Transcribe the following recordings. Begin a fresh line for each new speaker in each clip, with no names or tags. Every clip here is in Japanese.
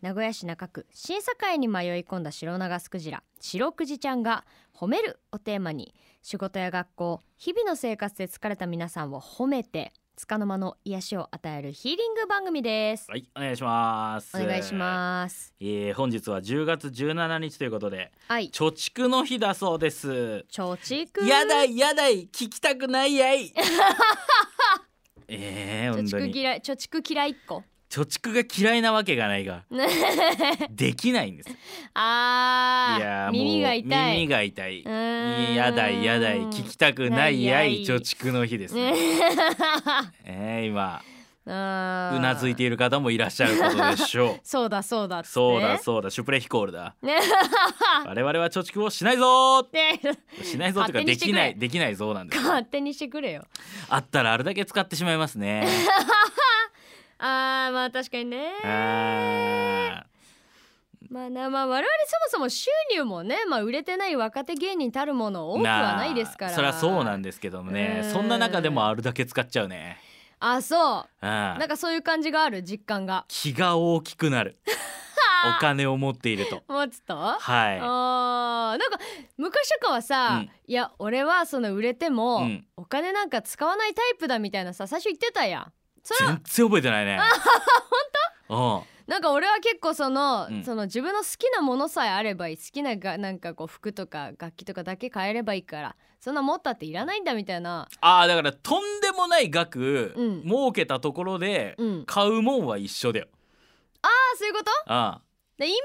名古屋市中区審査会に迷い込んだ白長スクジラ白くじちゃんが褒めるをテーマに仕事や学校日々の生活で疲れた皆さんを褒めて束の間の癒しを与えるヒーリング番組です
はいお願いします
お願いし
す、
ます
えー、本日は10月17日ということで
はい
貯蓄の日だそうです
貯蓄
やだいやだい聞きたくないやいえー、
貯
本当
蓄
に
嫌い貯蓄嫌いっ子
貯蓄が嫌いなわけがないができないんですい
あ
や
ー
ーもう
耳が痛い
耳が痛いう
ーん
やだいやだい聞きたくないや
な
い
いやい
貯蓄の日ですね、えー、今
あー
うなずいている方もいらっしゃることでしょう
そうだそうだっつって
そうだそうだシュプレヒコールだ
ね
我々は貯蓄をしないぞ
ね
ーしないぞという
勝
か
手
で
にして
き
くれ
ないできないぞーなん で す
勝手にしてくれよ
あったらあれだけ使ってしまいます ね
あーまあ確かにね
あ
まあなまあ我々そもそも収入もねまあ売れてない若手芸人たるもの
ー
多くはないですから
なあそりゃそうなん
だ
ですけどもね
うん
そんな中でもあるだけ使っちゃうね
あそう
あ
なんかそういう感じがある実感が
気が大きく なるお金を持っていると
もうちょっと
は
あーなんか昔とかはさ、
うん
いや俺はその売れても、
うん
お金なんか使わないタイプだみたいなさ最初言ってたやん
い
それは
全然覚えてないね本
なんか俺は結構その,、
うん
その自分の好きなものさえあればいい好きながなんかこう服とか楽器とかだけ買えればいいからそんな持ったっていらないんだみたいな
ああだからとんでもない額、
うん
儲けたところで
うん
買うもんは一緒だよ
ああそういうこと
ああ
で今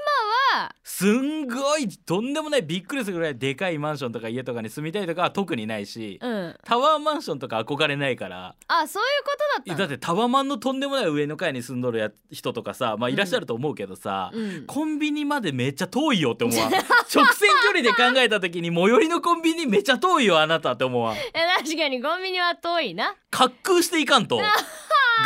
は
すんごいとんでもないびっくりするぐらいでかいマンションとか家とかに住みたいとかは特にないし、
うん
タワーマンションとか憧れないから
あーそういうことだ
だ
ったの
ってタワマンのとんでもない上の階に住んどるや人とかさまあいらっしゃると思うけどさ、
うん、
コンビニまでめっちゃ遠いよって 思わん直線距離で考えた時に最寄りのコンビニめっちゃ遠いよあなたって思わん
え確かにコンビニは遠いな
滑空していか んと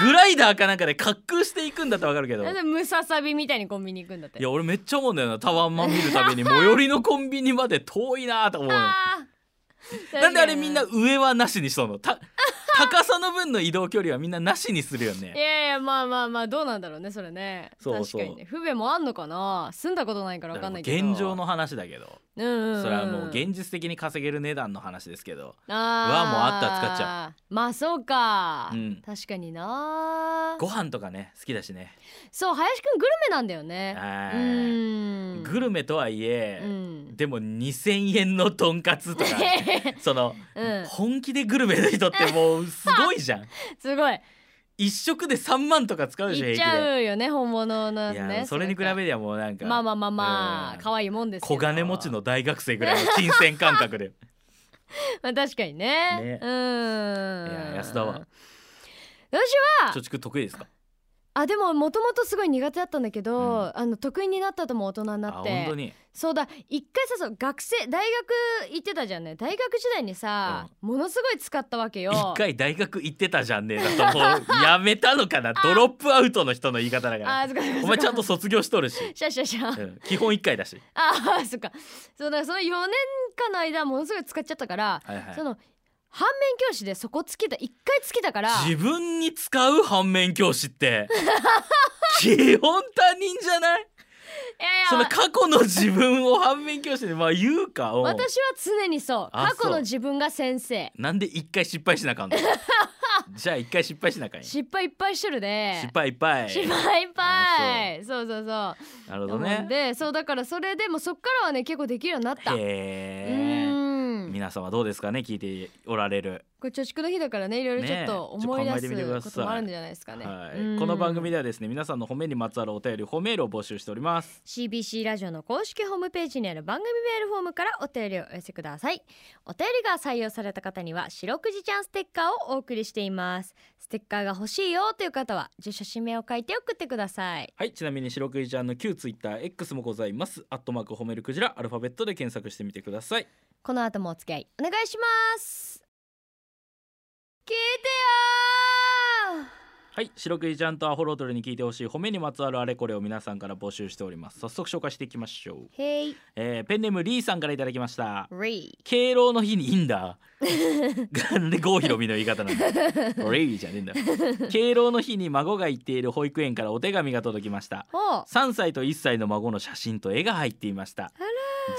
グライダーかなんかで滑空していくんだってわかるけど
なんでムササビみたいにコンビニ行くんだって
いや俺めっちゃ思うんだよなタワーマン見るたびに最寄りのコンビニまで遠いなと思うの
あー
なんであれみんな上はなしにしたのた 高さの分の移動距離はみんななしにするよ
い
ね
やいやまあまあまあどうなんだろうねそれね
そうそう
確かにね不便もあんのかな住んだことないからわかんないけど
現状の話だけど
うんうんうん
それはもう現実的に稼げる値段の話ですけど
あー
はもうあったら使っちゃ
まあそうか、
うん
確かにな
ご飯とかね好きだしね
そう林くんグルメなんだよね
あ
う
ー
ん
グルメとはいえ
うん
でも2,000円のとんかつとか その
うん
本気でグルメの人ってもうすごいじゃん
すごい
一食で3万とか使うでしょ
いっ
平
ち
気で。
ゃうよね本物の
いや
ね
それに比べ
て
りゃもうなんか
まあまあまあまあ
うん
可愛いもんですけど
小金持ちの大学生ぐらいの金銭感覚 で
まあ確かにね
ね
うん
いや安田は
私は
貯蓄得意ですか
あでももともとすごい苦手だったんだけど、あの得意になったとも大人に
あ
なっ
本
て
当に
そうだ一回さそう学生大学行ってたじゃんね大学時代にさ、ものすごい使ったわけよ
一回大学行ってたじゃんねえだとも うやめたのかなドロップアウトの人の言い方だから
あーそっかそっか
お前ちゃんと卒業しとるし、
シャシャシャ、
うん基本一回だし、
あーそっかそうだからその4年間の間ものすごい使っちゃったから、
はいはい
その反面教師でそこつけた一回つけたから
自分に使う反面教師って 基本他人じゃない
いやいや
その過去の自分を反面教師でまあ言うかを
私は常にそう
あ
過去
そ
の
う
自分が先生
なんで一回失敗しな あかんのじゃあ一回失敗しなあかんよ
失敗いっぱいしてるで
失敗いっぱい
失敗いっぱいそうそうそう
なるほ
な
ど
の
ね
でそうだからそれでもそっからはね結構できるようになった。う
へえ
ん
皆様どうですかね聞いておられる、
これ貯蓄の日だからねいろいろちょっと
ねえちょっと
思い
考
出
えてみてく
す
ださい
こともあるんじゃないですかね。
はい、この番組
で
ではですね皆さんの褒めにまつわるお便り褒めールを募集しております
CBC ラジオの公式ホームページにある番組メールフォームからお便りをお寄せくださいお便りが採用された方には白くじちゃんステッカーをお送りしていますステッカーが欲しいよという方は住所氏名を書いて送ってください
はいちなみに白クイちゃんの旧ツイッター X もございますアットマーク褒めるクジラアルファベットで検索してみてください
この後もお付き合いお願いします聞いてよ
はい白くじちゃんとアホロートルに聞いてほしい褒めにまつわるあれこれを皆さんから募集しております早速紹介していきましょう、
へい
えーペンネームリーさんからいただきました
リ
敬老の日にいいんだなんで郷ひろみの言い方なんだレイじゃねえんだ敬老の日に孫が行っている保育園からお手紙が届きました
ーほう
3歳と1歳の孫の写真と絵が入っていました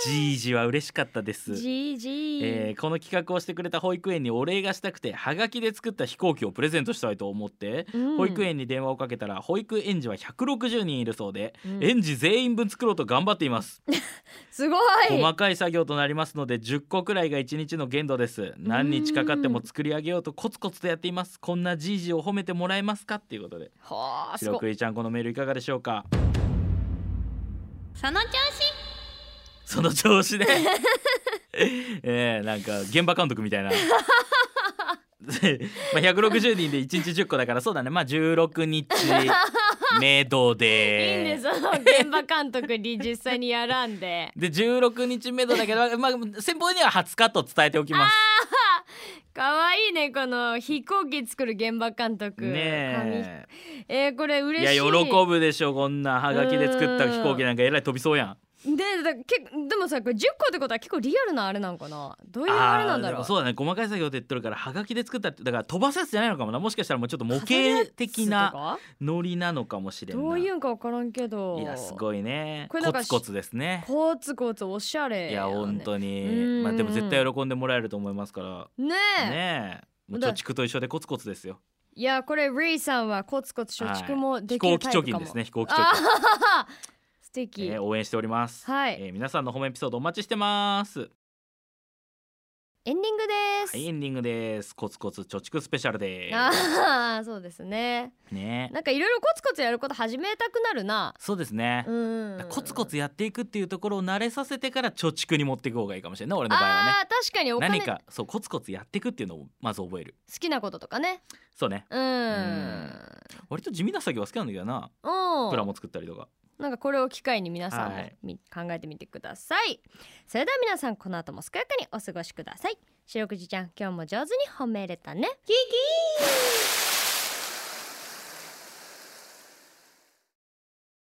じいじは嬉しかったです
じーじー、
えーこの企画をしてくれた保育園にお礼がしたくてハガキで作った飛行機をプレゼントしたいと思って、
うん
保育園に電話をかけたら保育園児は160人いるそうで、
うん
園児全員分作ろうと頑張っています、
すごい
細かい作業となりますので10個くらいが1日の限度です何日かかっても作り上げようとコツコツとやっていますこんなじいじを褒めてもらえますかっていうことで
はあす
白
ごい
クイちゃんこのメールいかがでしょうか
その調子
その調子で えー、なんか現場監督みたいな でまあ160人で1日10個だからそうだねまあ16日目
いい
処
ん
で
ですその現場監督に実際にやらん で
で16日目処だけど、まあ、先方には20日と伝えておきます
可愛いねこの飛行機作る現場監督
ね
紙えー、これ
え
嬉
い
し
や
い
喜ぶでしょこんなハガキで作った飛行機なんかえらい飛びそうやん
でだけでもさこれ10個ってことは結構リアルなあれなんかなどういうあれなんだろ
あー
う
そうだね細かい作業って言ってるからハガキで作ったってだから飛ばすやつじゃないのかもなもしかしたらもうちょっと模型的
飾
な
るやつ
ノリなのかもし
と
れ
か
んない
どういうんか分からんけど
いやすごいね
これなん
コ
か
ツコツですね
コツコツおしゃれ
いや本当に、
うん
まあでも絶対喜んでもらえると思いますか
ねえ
らねえもう
だ
貯蓄と一緒でコツコツですよ
いやこれリーさんはコツコツ貯蓄もで
飛
き
行
るタイプか
機貯
も、
金ですね飛行機
あ
貯金、
はは 素敵、
えー応援しております、
はい、
えー皆さんの褒めエピソードお待ちしてます
エンディングです、
はいエンディングですコツコツ貯蓄スペシャルで
ああそうですね
すね
なんかいろいろコツコツやること始めたくなるな
そうですね、
うん
コツコツやっていくっていうところを慣れさせてから貯蓄に持っていく方がいいかもしれない俺の場合はね
あー確かにお金
何かそうコツコツやっていくっていうのをまず覚える
好きなこととかね
そうね
うん
ん割と地味な作業は好きなんだけどな
うん
プラも作ったりとか
なんかこれを機会に皆さん
は
も
い
み、考えてみてくださいそれでは皆さんこの後も健やかにお過ごしください白くじちゃん今日も上手に褒めれたねキキ